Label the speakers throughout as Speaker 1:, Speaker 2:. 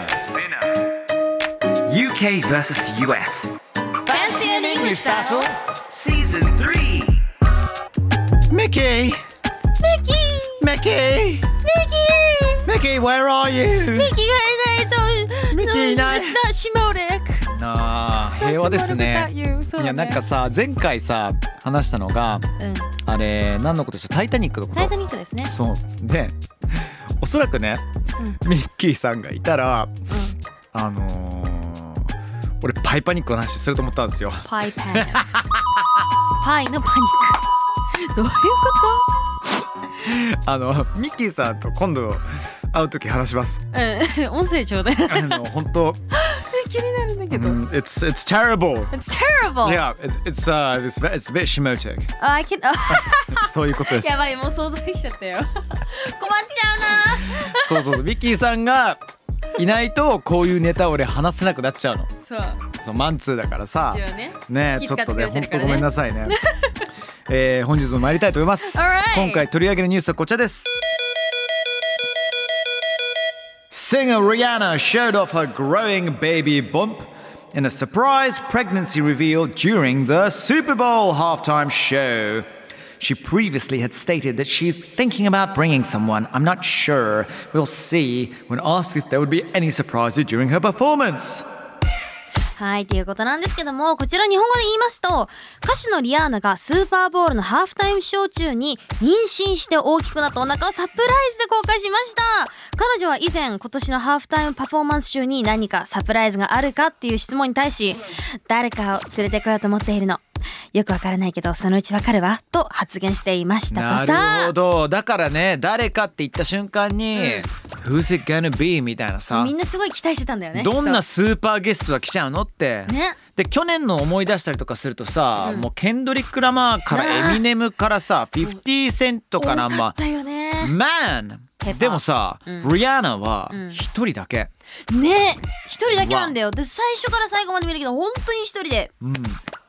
Speaker 1: Spinner.
Speaker 2: UK versus US.
Speaker 3: Fancy an English battle?
Speaker 2: Season 3.
Speaker 1: Mickey!
Speaker 3: Mickey!
Speaker 1: Mickey!
Speaker 3: Mickey!
Speaker 1: Mickey, where are you?
Speaker 3: Mickey がいないと
Speaker 1: Mickey いない
Speaker 3: なしまうれ
Speaker 1: ああ、平和ですね。
Speaker 3: そうだね
Speaker 1: いや、なんかさ、前回さ、話したのが、
Speaker 3: うん
Speaker 1: あれ、何のことでしたタイタニックのこ
Speaker 3: タイ
Speaker 1: と
Speaker 3: タ。ニックですね
Speaker 1: そう。で、おそらくね、ミッキーさんがいたら、
Speaker 3: うん
Speaker 1: あのー、俺、パイパニックの話すると思ったんですよ。
Speaker 3: パイパンパイのパニックどういうこ
Speaker 1: あの、ミッキーさんと今度会うとき話します。
Speaker 3: とうん音声ちょうだい
Speaker 1: あの、本当、
Speaker 3: 気になるんだけ
Speaker 1: う
Speaker 3: ど、
Speaker 1: ん it's it's terrible.
Speaker 3: It's terrible!
Speaker 1: Yeah, it's it's uh it's a bit- it's a bit shimotic.
Speaker 3: Oh, I can...
Speaker 1: そういうことです
Speaker 3: や。ばいもう想像できちゃったよ困っちゃう
Speaker 1: そうそうそう。ミッキーさんがいないとこういうネタ俺話せなくなっちゃうの。
Speaker 3: なそう
Speaker 1: そうマンツーだからさ
Speaker 3: 一。応ね
Speaker 1: ねえ
Speaker 3: 気
Speaker 1: ちょっ
Speaker 3: 遣って
Speaker 1: と
Speaker 3: く
Speaker 1: ね
Speaker 3: れて
Speaker 1: 本
Speaker 3: るか
Speaker 1: 当
Speaker 3: らね
Speaker 1: ごめんなさいね。 えー、本日も参りたいと思います。
Speaker 3: Alright
Speaker 1: 今回取り上げるニュースはこちらです。Singer Rihanna showed off her growing baby bump in a surprise pregnancy reveal during the Super Bowl halftime show. She previously had stated that she's thinking about bringing someone. I'm not sure. We'll see when asked if there would be any surprises during her performance.
Speaker 3: はい、ということなんですけども、こちら日本語で言いますと、歌手のリアーナがスーパーボールのハーフタイムショー中に妊娠して大きくなったお腹をサプライズで公開しました。彼女は以前、今年のハーフタイムパフォーマンス中に何かサプライズがあるかっていう質問に対し、誰かを連れてこようと思っているの。よくわからないけど、そのうちわかるわ、と発言していましたと
Speaker 1: なるほ
Speaker 3: さ。
Speaker 1: どだからね誰かって言った瞬間に「Who's it gonna be?」みたいなさ
Speaker 3: みんなすごい期待してたんだよね。
Speaker 1: どんな
Speaker 3: きっ
Speaker 1: スーパーゲストが来ちゃうのって。
Speaker 3: とね。
Speaker 1: で去年の思い出したりとかするとさ、もうケンドリック・ラマーからエミネムからさ50セントから
Speaker 3: 多
Speaker 1: ま
Speaker 3: ったよね
Speaker 1: あ。マン
Speaker 3: ペッパー
Speaker 1: でもさ、リアーナは
Speaker 3: ん
Speaker 1: 一人だけ、
Speaker 3: ね一人だけなんだよ私最初から最後まで見るけど本当に一人で
Speaker 1: うん、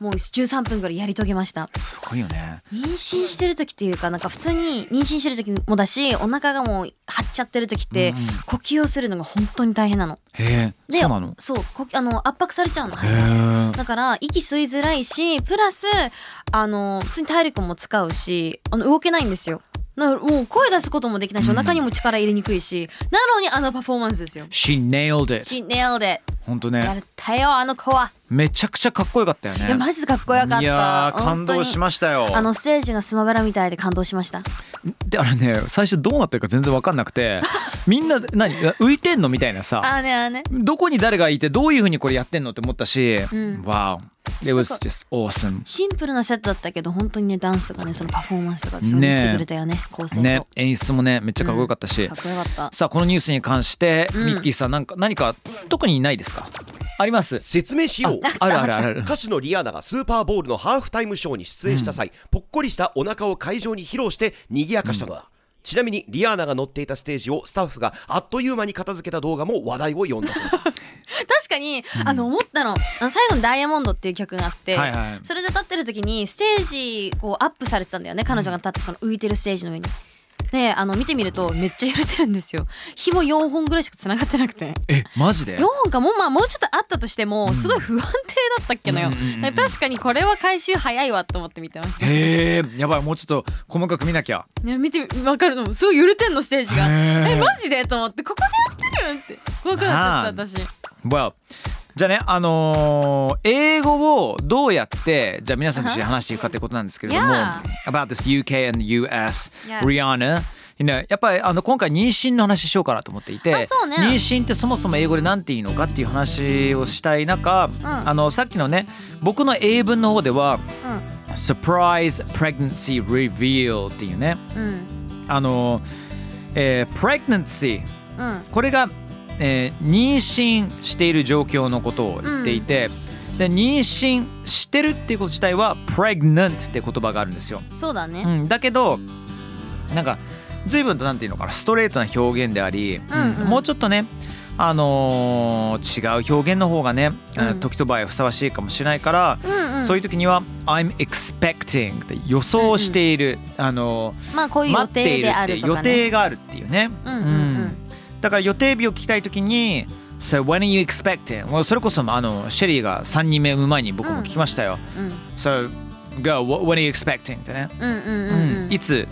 Speaker 3: もう13分ぐらいやり遂げました
Speaker 1: すごいよね。
Speaker 3: 妊娠してる時っていうかなんか普通に妊娠してる時もだしお腹がもう張っちゃってる時って呼吸をするのが本当に大変なの
Speaker 1: へえ
Speaker 3: で
Speaker 1: そうなの
Speaker 3: そうこあの圧迫されちゃうの
Speaker 1: へえ
Speaker 3: だから息吸いづらいしプラスあの普通に体力も使うしあの動けないんですよなもう声出すこともできないしお腹にも力入れにくいしなのにあのパフォーマンスですよ
Speaker 1: She nailed it
Speaker 3: シネオで
Speaker 1: ほんと
Speaker 3: や
Speaker 1: ね
Speaker 3: ったよあの子は
Speaker 1: めちゃくちゃかっこよかったよね
Speaker 3: いやマジでかっこよかった
Speaker 1: いやー感動しま
Speaker 3: し
Speaker 1: したよ
Speaker 3: あのステージがスマブラみたいで感動しました
Speaker 1: であれね最初どうなってるか全然分かんなく てみんな何浮いてんのみたいな
Speaker 3: あ
Speaker 1: さ
Speaker 3: ーねあーね
Speaker 1: どこに誰がいてどういうふうにこれやってんのって思ったし、
Speaker 3: ん
Speaker 1: Wow It was just awesome
Speaker 3: シンプルなセットだったけど本当にねダンスがねそのパフォーマンスとかすごい見せてくれたよね構成と
Speaker 1: ね演出もねめっちゃかっこよかったし、
Speaker 3: かっこよかった
Speaker 1: さあこのニュースに関して、
Speaker 3: ん
Speaker 1: ミッキーさんなんか何か特にないですかあります
Speaker 4: 説明しよう
Speaker 1: あるあるある
Speaker 4: 歌手のリアーナがスーパーボールのハーフタイムショーに出演した際、ぽっこりしたお腹を会場に披露して賑やかしたのだ、ちなみにリアーナが乗っていたステージをスタッフがあっという間に片付けた動画も話題を呼んだそうだ
Speaker 3: 確かに、あの思ったのあの最後に「ダイヤモンド」っていう曲があって、
Speaker 1: はいはい
Speaker 3: それで立ってる時にステージこうアップされてたんだよね彼女が立ってその浮いてるステージの上に。であの見てみるとめっちゃ揺れてるんですよ紐4本ぐらいしか繋がってなくて
Speaker 1: えマジで
Speaker 3: 4本かもまあもうちょっとあったとしてもすごい不安定だったっけのよ、
Speaker 1: うんうんうんうん
Speaker 3: だから確かにこれは回収早いわと思って見てました
Speaker 1: へえやばいもうちょっと細かく見なきゃ
Speaker 3: ね、見てわかるのすごい揺れてんのステージが
Speaker 1: へー
Speaker 3: えマジでと思ってここでやってるって怖くなっちゃった私
Speaker 1: Well じゃあねあのー英語をどうやってじゃあ皆さんと一緒に話していくかってことなんですけれども
Speaker 3: Yeah.
Speaker 1: about this UK and US
Speaker 3: Yes.
Speaker 1: Rihanna you know やっぱりあの今回妊娠の話しようかなと思っていて、
Speaker 3: あそうね
Speaker 1: 妊娠ってそもそも英語で何て言うのかっていう話をしたい中、あのさっきのね僕の英文の方では、surprise pregnancy reveal っていうね
Speaker 3: うん
Speaker 1: あの、えー pregnancy
Speaker 3: うん
Speaker 1: これがえー妊娠している状況のことを言っていて、で妊娠してるっていうこと自体は pregnant って言葉があるんですよ。
Speaker 3: そうだね
Speaker 1: うん、だけどなんか随分となんていうのかなストレートな表現であり、
Speaker 3: うんうん
Speaker 1: もうちょっとねあのー違う表現の方がね、えー
Speaker 3: うん
Speaker 1: 時と場合ふさわしいかもしれないから、
Speaker 3: うんうん
Speaker 1: そういう時には「I'm expecting」って予想している、あの
Speaker 3: まあこうい
Speaker 1: ー
Speaker 3: う予
Speaker 1: 待って
Speaker 3: 定
Speaker 1: いる
Speaker 3: であ
Speaker 1: って
Speaker 3: る
Speaker 1: いう
Speaker 3: と
Speaker 1: 予
Speaker 3: かね
Speaker 1: 定があるっていうね、
Speaker 3: うんうんうん
Speaker 1: だから予定日を聞きたい時に「So when are you expecting?」もうそれこそあのシェリーが3人目産む前に僕も聞きましたよ「
Speaker 3: うん
Speaker 1: So go wh- when are you expecting?」ってね
Speaker 3: うん
Speaker 1: う
Speaker 3: うんうんうん
Speaker 1: んいつ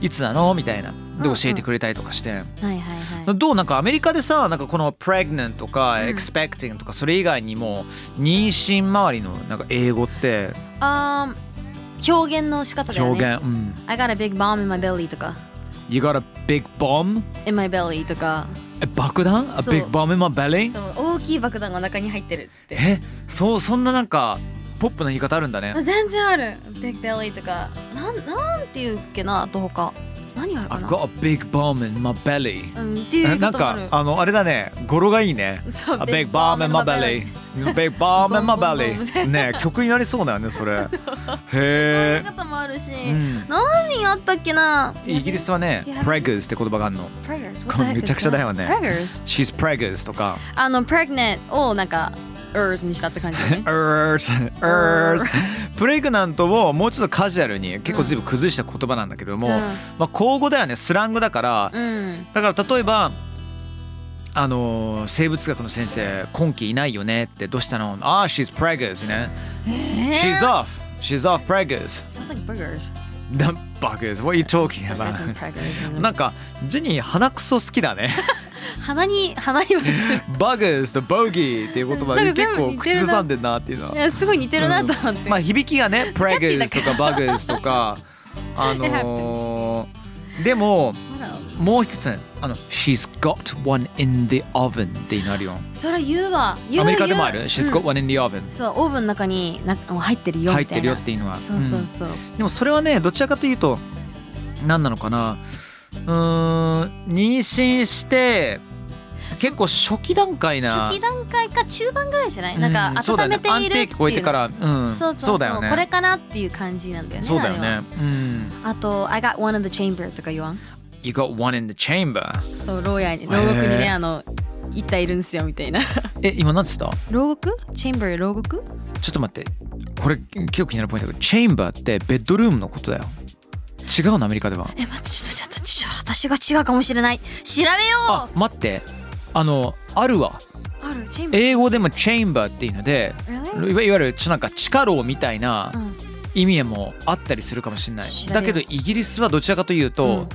Speaker 1: いつなのみたいなで
Speaker 3: うんう
Speaker 1: 教
Speaker 3: ん
Speaker 1: えてくれたりとかして、
Speaker 3: はいはいはい
Speaker 1: どうなんかアメリカでさなんかこの pregnant とか
Speaker 3: うん
Speaker 1: expecting とかそれ以外にも妊娠周りのなんか英語って
Speaker 3: あー表現の仕方だよね
Speaker 1: 表現、うん
Speaker 3: I got a big bomb in my belly とか
Speaker 1: You got a big bomb?
Speaker 3: in my belly とか
Speaker 1: え爆弾 ?A
Speaker 3: そう
Speaker 1: big bomb in my belly?
Speaker 3: そう大きい爆弾が中に入ってるって
Speaker 1: えそうそんななんかポップな言い方あるんだね
Speaker 3: 全然ある big belly とかなんなんていうっけなあと他何あるか
Speaker 1: I've
Speaker 3: な
Speaker 1: got a big bomb in my belly
Speaker 3: うんっていう
Speaker 1: え
Speaker 3: 言い
Speaker 1: なん
Speaker 3: 方もある
Speaker 1: かあのあれだね語呂がいいね
Speaker 3: そう
Speaker 1: A big bomb in my belly. Big bomb in my
Speaker 3: ボンボンボンみ
Speaker 1: belly. ね曲になりそうだよ ねそれ。
Speaker 3: そうい
Speaker 1: へ
Speaker 3: う方もあるし、
Speaker 1: え。うん。
Speaker 3: 何があったっけな
Speaker 1: イギリスはね
Speaker 3: いや、
Speaker 1: preggers って言葉があるの。これめちゃくちゃだよね
Speaker 3: preggers
Speaker 1: She's preggers とか、
Speaker 3: あの pregnant をなんか ers にしたって感じだね
Speaker 1: ers, ers。プレグナントをもうちょっとカジュアルに結構随分崩した言葉なんだけども、
Speaker 3: うん
Speaker 1: まあ口語だよね、スラングだから、
Speaker 3: うん
Speaker 1: だから例えば。あのー生物学の先生今期いないよねってどうしたのああ、she's preggers ね、
Speaker 3: え
Speaker 1: she's
Speaker 3: ー
Speaker 1: off she's off preggers
Speaker 3: Sounds like burgers.
Speaker 1: The buggers, what are you talking
Speaker 3: Burgers and
Speaker 1: about?
Speaker 3: preggers.
Speaker 1: なんかジェニー鼻くそ好きだ ね。
Speaker 3: 鼻に鼻には
Speaker 1: buggers と bogey っていう言葉
Speaker 3: な
Speaker 1: で
Speaker 3: んか全
Speaker 1: 結
Speaker 3: 部
Speaker 1: 構
Speaker 3: 似て
Speaker 1: 口
Speaker 3: るな
Speaker 1: ずさんでんなっていうのは。
Speaker 3: いや すごい似てるなと思って。
Speaker 1: うんまあ響きがね、
Speaker 3: キャッチ
Speaker 1: preggers
Speaker 3: ーだ
Speaker 1: と
Speaker 3: か
Speaker 1: から buggers と か、あのーでも
Speaker 3: ほら
Speaker 1: もう一つね、あの she's got one in the oven ってなるよ。
Speaker 3: それ言うわ。言う
Speaker 1: アメリカでもある
Speaker 3: 言う
Speaker 1: she's got one in the oven
Speaker 3: うん。そうオーブンの中になもう入ってるよ
Speaker 1: 入
Speaker 3: み
Speaker 1: った
Speaker 3: い
Speaker 1: てる
Speaker 3: な。
Speaker 1: よっていうのは。
Speaker 3: そうそうそう。
Speaker 1: でもそれはねどちらかというと何なのかなうーん妊娠して結構初期段階な
Speaker 3: 初期段階か中盤ぐらいじゃない？
Speaker 1: うん
Speaker 3: なんか
Speaker 1: そうだ
Speaker 3: 温
Speaker 1: よね
Speaker 3: めているってい
Speaker 1: 安定期超えてか
Speaker 3: う。
Speaker 1: らうん
Speaker 3: そうそうそう
Speaker 1: だよね
Speaker 3: これかなっていう感じなんだよね。
Speaker 1: そうだよ
Speaker 3: あれは
Speaker 1: ねうん
Speaker 3: あと I got one in the chamber とか言わん。
Speaker 1: You got one in the chamber
Speaker 3: そう牢屋に牢獄に
Speaker 1: へ
Speaker 3: ね
Speaker 1: ー
Speaker 3: あの一体いるんですよみたいな。
Speaker 1: え今何つった
Speaker 3: 牢獄？chamber 牢獄？
Speaker 1: ちょっと待ってこれ結構気になるポイントだけどチェンバーってベッドルームのことだよ違うのアメリカでは
Speaker 3: え待ってちょっとちょっとちょっと私が違うかもしれない。調べよ
Speaker 1: あ
Speaker 3: う。
Speaker 1: 待ってあのあるわ
Speaker 3: ある chamber。
Speaker 1: 英語でもチェンバーっていうので
Speaker 3: Really？
Speaker 1: いわいわゆるちょっとなんか地下牢みたいな、
Speaker 3: うん
Speaker 1: 意味もあったりするかもしれない
Speaker 3: 知ら
Speaker 1: だ
Speaker 3: んよ
Speaker 1: けどイギリスはどちらかというと、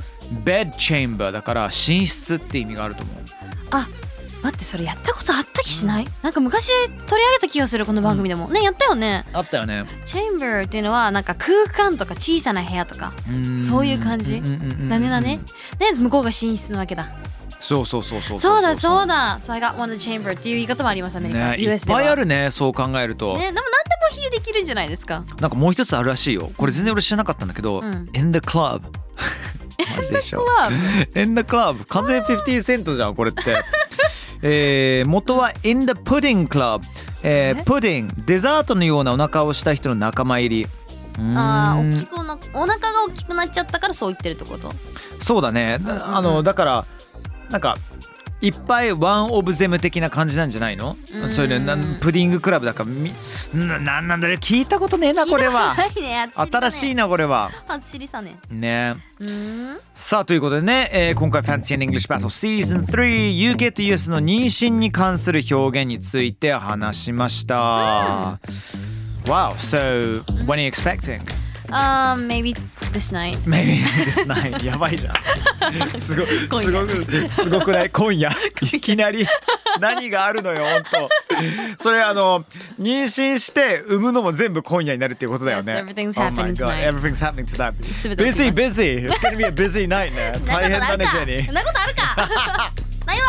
Speaker 1: ベッドチェンバーだから寝室って意味があると思う
Speaker 3: あ待ってそれやったことあった気しない、なんか昔取り上げた気がするこの番組でも、ねやったよね
Speaker 1: あったよね
Speaker 3: チェンバーっていうのはなんか空間とか小さな部屋とかそういう感じだねだねで向こうが寝室なわけだ
Speaker 1: そうそうそうそう
Speaker 3: そうだそう
Speaker 1: う
Speaker 3: だ So I got one of the chamber っていう言い方もありますアメリカ、
Speaker 1: ね、いっ
Speaker 3: US では
Speaker 1: ぱいあるねそう考えると、
Speaker 3: ねでも何でも比喩できるんじゃないですか
Speaker 1: なんかもう一つあるらしいよこれ全然俺知らなかったんだけど、
Speaker 3: うん
Speaker 1: In the club マジでしょ In the club 完全に50セントじゃんこれって。えー元は In the Pudding Club、えー、プディングデザートのようなお腹をした人の仲間入りうーん
Speaker 3: あー大きくおなお腹が大きくなっちゃったからそう言ってるってこと
Speaker 1: そうだね、
Speaker 3: んうん
Speaker 1: あのだからなんかいっぱいワンオブゼム的な感じなんじゃないの
Speaker 3: うん
Speaker 1: それでなんプディングクラブだからみななんなんだよ聞いたことねえなこれは
Speaker 3: 聞いたことないね
Speaker 1: 新しい
Speaker 3: い
Speaker 1: なこれは
Speaker 3: 初知りさね
Speaker 1: ね
Speaker 3: うーん
Speaker 1: さあということでね、えー今回 Fancy and English Battle Season 3UK と US の妊娠に関する表現について話しました、Wow so when are you expecting?
Speaker 3: あー maybe this night
Speaker 1: Maybe this night やばいじゃん すご
Speaker 3: 今
Speaker 1: すご
Speaker 3: 夜
Speaker 1: くすごくない今 夜いきなり何があるのよ本当それあの妊娠して産むのも全部今夜になるっていうことだよね
Speaker 3: Yes, everything's
Speaker 1: Oh my
Speaker 3: happening
Speaker 1: God,
Speaker 3: tonight.
Speaker 1: everything's happening tonight
Speaker 3: 全て起きます
Speaker 1: busy busy it's gonna be a busy night ね
Speaker 3: な
Speaker 1: 大変
Speaker 3: こと
Speaker 1: だ
Speaker 3: ある
Speaker 1: ね
Speaker 3: か
Speaker 1: ジェニー
Speaker 3: そんなことあ るかないわ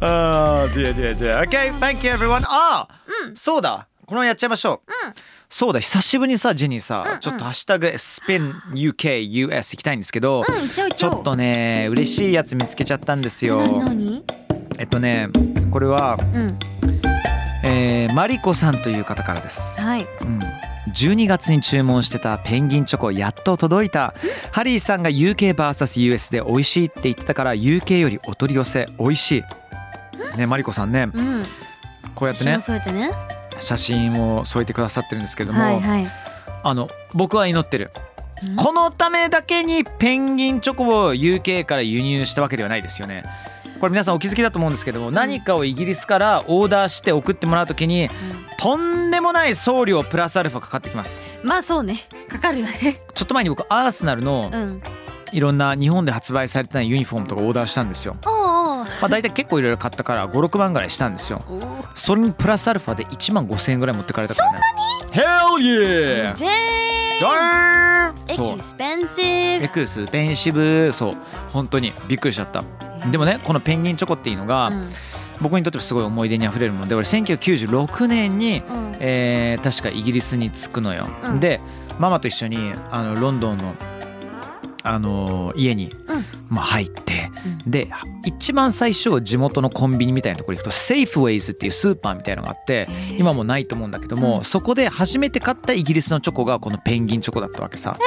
Speaker 1: Oh dear dear dear okay thank you everyone ああ、そうだこのままやっちゃいましょう、そうだ久しぶりにさジェニーさ、ちょっとハッシュタグ SpinUKUS 行きたいんですけど、
Speaker 3: うん、ちょいち
Speaker 1: ち
Speaker 3: ょい
Speaker 1: ょっとね嬉しいやつ見つけちゃったんですよ
Speaker 3: 何何
Speaker 1: えっとねこれは、
Speaker 3: うん
Speaker 1: えーマリコさんという方からです、
Speaker 3: はい
Speaker 1: うん、12月に注文してたペンギンチョコやっと届いたハリーさんが UKVSUS で美味しいって言ってたから UK よりお取り寄せ美味しいねマリコさんね
Speaker 3: うん
Speaker 1: こうやって
Speaker 3: 写真
Speaker 1: ね
Speaker 3: を添えてね
Speaker 1: 写真を添えてくださってるんですけども、
Speaker 3: はいはい
Speaker 1: あの僕は祈ってる
Speaker 3: うん
Speaker 1: このためだけにペンギンチョコを UK から輸入したわけではないですよねこれ皆さんお気づきだと思うんですけども何かをイギリスからオーダーして送ってもらうときにとんでもない送料プラスアルファかかってきます
Speaker 3: まあそうねかかるよね
Speaker 1: ちょっと前に僕アーセナルの
Speaker 3: うん
Speaker 1: いろんな日本で発売されてないユニフォームとかオーダーしたん ですよ、
Speaker 3: おうおう
Speaker 1: まあ、大体結構いろいろ買ったから56万ぐらいしたんですよ
Speaker 3: おう
Speaker 1: それにプラスアルファで1万5000円ぐらい持ってかれたからねそんなに Hell yeah!
Speaker 3: ジェーンエ
Speaker 1: そう
Speaker 3: キスペンシ
Speaker 1: エ
Speaker 3: ブ
Speaker 1: クスペンシブそう本当にびっくりしちゃったでもねこのペンギンチョコっていうのが、
Speaker 3: うん
Speaker 1: 僕にとってすごい思い出にあふれるもので俺1996年に、
Speaker 3: うん
Speaker 1: えー確かイギリスに着くのよ、
Speaker 3: うん
Speaker 1: でママと一緒にあのロンドンの、あのー家に、
Speaker 3: うん
Speaker 1: まあ、入って、で一番最初地元のコンビニみたいなところに行くとセーフウェイズっていうスーパーみたいなのがあって今もうないと思うんだけども、
Speaker 3: うん
Speaker 1: そこで初めて買ったイギリスのチョコがこのペンギンチョコだったわけさ。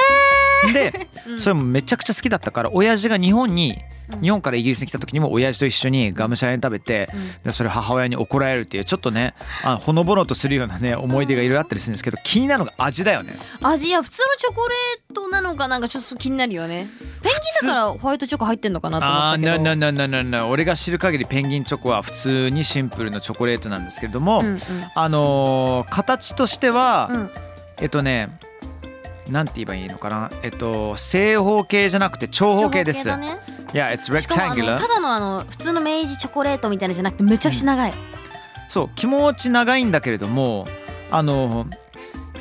Speaker 1: で
Speaker 3: うん
Speaker 1: それもめちゃくちゃ好きだったから親父が日本に
Speaker 3: うん
Speaker 1: 日本からイギリスに来た時にも親父と一緒にがむしゃらに食べて
Speaker 3: うん
Speaker 1: でそれを母親に怒られるっていうちょっとねあのほのぼのとするようなね思い出がいろいろあったりするんですけど気になるのが味だよね
Speaker 3: 味いや普通のチョコレートなのかなんかちょっと気になるよねペンギンだからホワイトチョコ入ってんのかなと思
Speaker 1: あ
Speaker 3: っ
Speaker 1: ー
Speaker 3: たけど
Speaker 1: なななななな俺が知る限りペンギンチョコは普通にシンプルなチョコレートなんですけれども、
Speaker 3: うんうん
Speaker 1: あのー形としては、
Speaker 3: うん
Speaker 1: えっとねなんて言えばいいのかなえっと正方形じゃなくて長方形です
Speaker 3: 長方形だね
Speaker 1: いや、it's
Speaker 3: しかもあ
Speaker 1: rectangular
Speaker 3: のただのあの普通の明治チョコレートみたいなのじゃなくてめちゃくちゃ長い、
Speaker 1: そう気持ち長いんだけれどもあの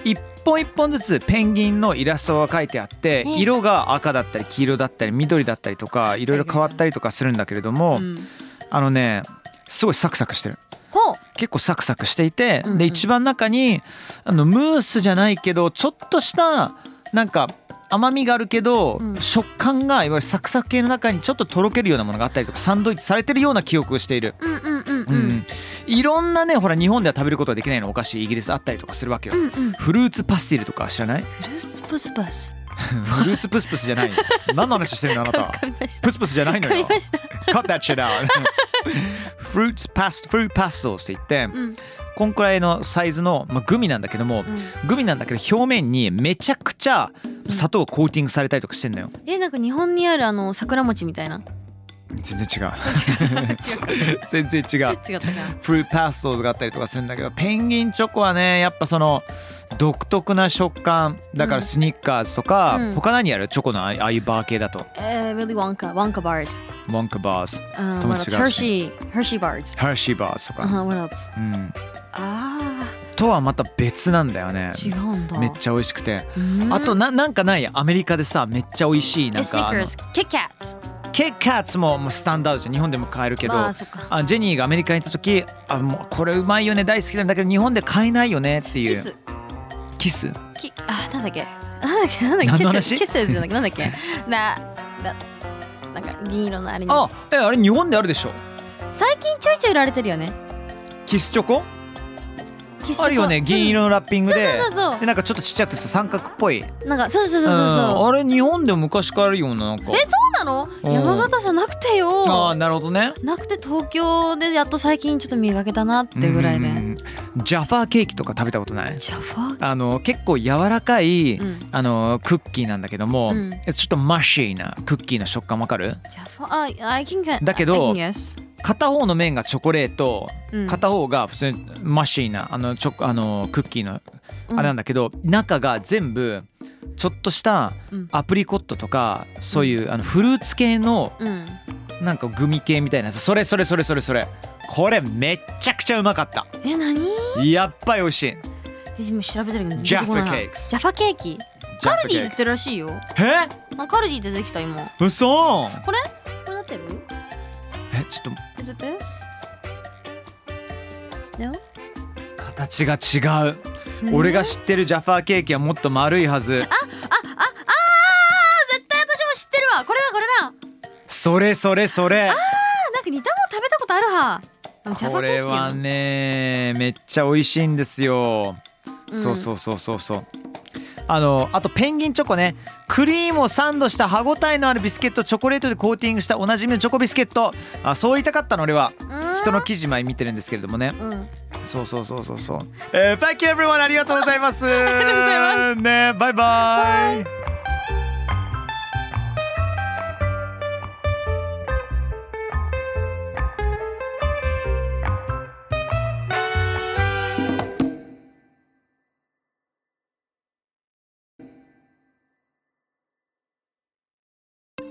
Speaker 1: 一本一本ずつペンギンのイラストが書いてあって、
Speaker 3: ね
Speaker 1: 色が赤だったり黄色だったり緑だったりとかいろいろ変わったりとかするんだけれども、
Speaker 3: うん
Speaker 1: あのねすごいサクサクしてる
Speaker 3: ほう
Speaker 1: 結構サクサクしていて、
Speaker 3: うんうん
Speaker 1: で一番中にあのムースじゃないけどちょっとしたなんか甘みがあるけど、
Speaker 3: うん
Speaker 1: 食感がいわゆるサクサク系の中にちょっととろけるようなものがあったりとかサンドイッチされてるような記憶をしている。
Speaker 3: うんうんうんう
Speaker 1: うんん、いろんなねほら日本では食べることができないのお菓子イギリスあったりとかするわけよ、
Speaker 3: うんうんフル
Speaker 1: フルーツパスティルとか知らない
Speaker 3: ーツプスパス
Speaker 1: フルーツプスプスじゃ ない何の話してるのあなた
Speaker 3: わかりました
Speaker 1: プスプスじゃないの
Speaker 3: わかり
Speaker 1: よ
Speaker 3: ました
Speaker 1: Cut that shit out フルーツパスフルーツパストって言って、
Speaker 3: うん
Speaker 1: こんくらいのサイズの、まあ、グミなんだけども、グミなんだけど表面にめちゃくちゃ砂糖をコーティングされたりとかしてんのよ
Speaker 3: えなんか日本にあるあの桜餅みた いな
Speaker 1: 全然違う
Speaker 3: 違うか
Speaker 1: 全然違う
Speaker 3: 違ったか
Speaker 1: フルーパストーズがあったりとかするんだけどペンギンチョコはねやっぱその独特な食感だか
Speaker 3: う
Speaker 1: ら
Speaker 3: ん
Speaker 1: スニッカーズとか、
Speaker 3: うん
Speaker 1: 他何やるチョコのああああいうバー系だと
Speaker 3: えー、Willy Wonka Wonka bars
Speaker 1: モンクバーズ
Speaker 3: uh,
Speaker 1: 友
Speaker 3: what
Speaker 1: 達
Speaker 3: else
Speaker 1: が
Speaker 3: Hershey Hershey bars
Speaker 1: ハーシーバーズと
Speaker 3: uh
Speaker 1: か、
Speaker 3: huh, what else
Speaker 1: うん、
Speaker 3: あ
Speaker 1: とはまた別なんだよね
Speaker 3: ー違うんだ
Speaker 1: めっちゃ美味しくて、
Speaker 3: うん
Speaker 1: あとななんかないアメリカでさめっちゃ美味しい
Speaker 3: え
Speaker 1: なん
Speaker 3: スニ
Speaker 1: か
Speaker 3: ッ
Speaker 1: あ
Speaker 3: カ
Speaker 1: の
Speaker 3: ーズキッカッツ
Speaker 1: ケッカーツももうスタンダードじゃん日本でも買えるけど、
Speaker 3: まあそっか
Speaker 1: あジェニーがアメリカに行った時あもうこれうまいよね大好きなんだけど日本で買えないよねっていう
Speaker 3: キス
Speaker 1: キス
Speaker 3: きあなんだっけ なんだっけなんだ
Speaker 1: 何
Speaker 3: っ
Speaker 1: の
Speaker 3: けキ
Speaker 1: 話
Speaker 3: スキスじゃなくてなんだっけ なななんか銀色のあれに
Speaker 1: あえあれ日本であるでしょ
Speaker 3: 最近ちょいちょい売られてるよね
Speaker 1: キスチョコ
Speaker 3: キスチョコ
Speaker 1: あるよね銀色のラッピングで
Speaker 3: そうそうそう
Speaker 1: でなんかちょっとちっちゃくてさ三角っぽい
Speaker 3: なんかそうそうそうそう
Speaker 1: うん
Speaker 3: そう
Speaker 1: あれ日本でも昔からあるようななんか
Speaker 3: えそうなの
Speaker 1: うん
Speaker 3: 山形さなくて
Speaker 1: ああ
Speaker 3: よ
Speaker 1: なるほどね
Speaker 3: なくて東京でやっと最近ちょっと見かけたなってぐらいで
Speaker 1: うんジャファーケーキとか食べたことない
Speaker 3: ジャファー
Speaker 1: あの結構柔らかい、
Speaker 3: うん
Speaker 1: あのクッキーなんだけども、
Speaker 3: うん
Speaker 1: えちょっとマッシーなクッキーの食感わかる
Speaker 3: ジャファーあ I can get
Speaker 1: だけど
Speaker 3: I can guess
Speaker 1: 片方の面がチョコレート、
Speaker 3: うん
Speaker 1: 片方が普通にマッシーなあのチョコあのクッキーのあ
Speaker 3: うん
Speaker 1: れなんだけど、中が全部ちょっとした
Speaker 3: うん
Speaker 1: アプリコットとか、そういうあのフルーツ系の
Speaker 3: うん
Speaker 1: なんかグミ系みたいなやつそれそれそれそれそれこれめっちゃくちゃうまかった
Speaker 3: え何
Speaker 1: やっぱり美味しい
Speaker 3: え今調べてるけど
Speaker 1: ジャファー
Speaker 3: 出てこない
Speaker 1: ケーキ
Speaker 3: ジャファーケーキカルディで売ってるらしいよ
Speaker 1: え
Speaker 3: あカルディでできた今
Speaker 1: 嘘
Speaker 3: これこれなってる
Speaker 1: えちょっ
Speaker 3: Is it this? No?
Speaker 1: と形が違う俺が知ってるジャファーケーキはもっと丸いはず
Speaker 3: 絶対私も知ってるわこれだこれだ
Speaker 1: それそれそれ
Speaker 3: あなんか似たもの食べたこことあるはでもジャ
Speaker 1: こ
Speaker 3: パケ
Speaker 1: れ
Speaker 3: ーキだよ
Speaker 1: はねめっちゃ美味しいんですよ、
Speaker 3: うん
Speaker 1: そうそうそうそうそうあのあとペンギンチョコねクリームをサンドした歯ごたえのあるビスケットをチョコレートでコーティングしたおなじみのチョコビスケットあそう言いたかったの俺は
Speaker 3: うん
Speaker 1: 人の記事前見てるんですけれどもね
Speaker 3: うん
Speaker 1: そうそうそうそうそう、えー、Thank you everyone ありがとうございます ありがとうございますねバイバイ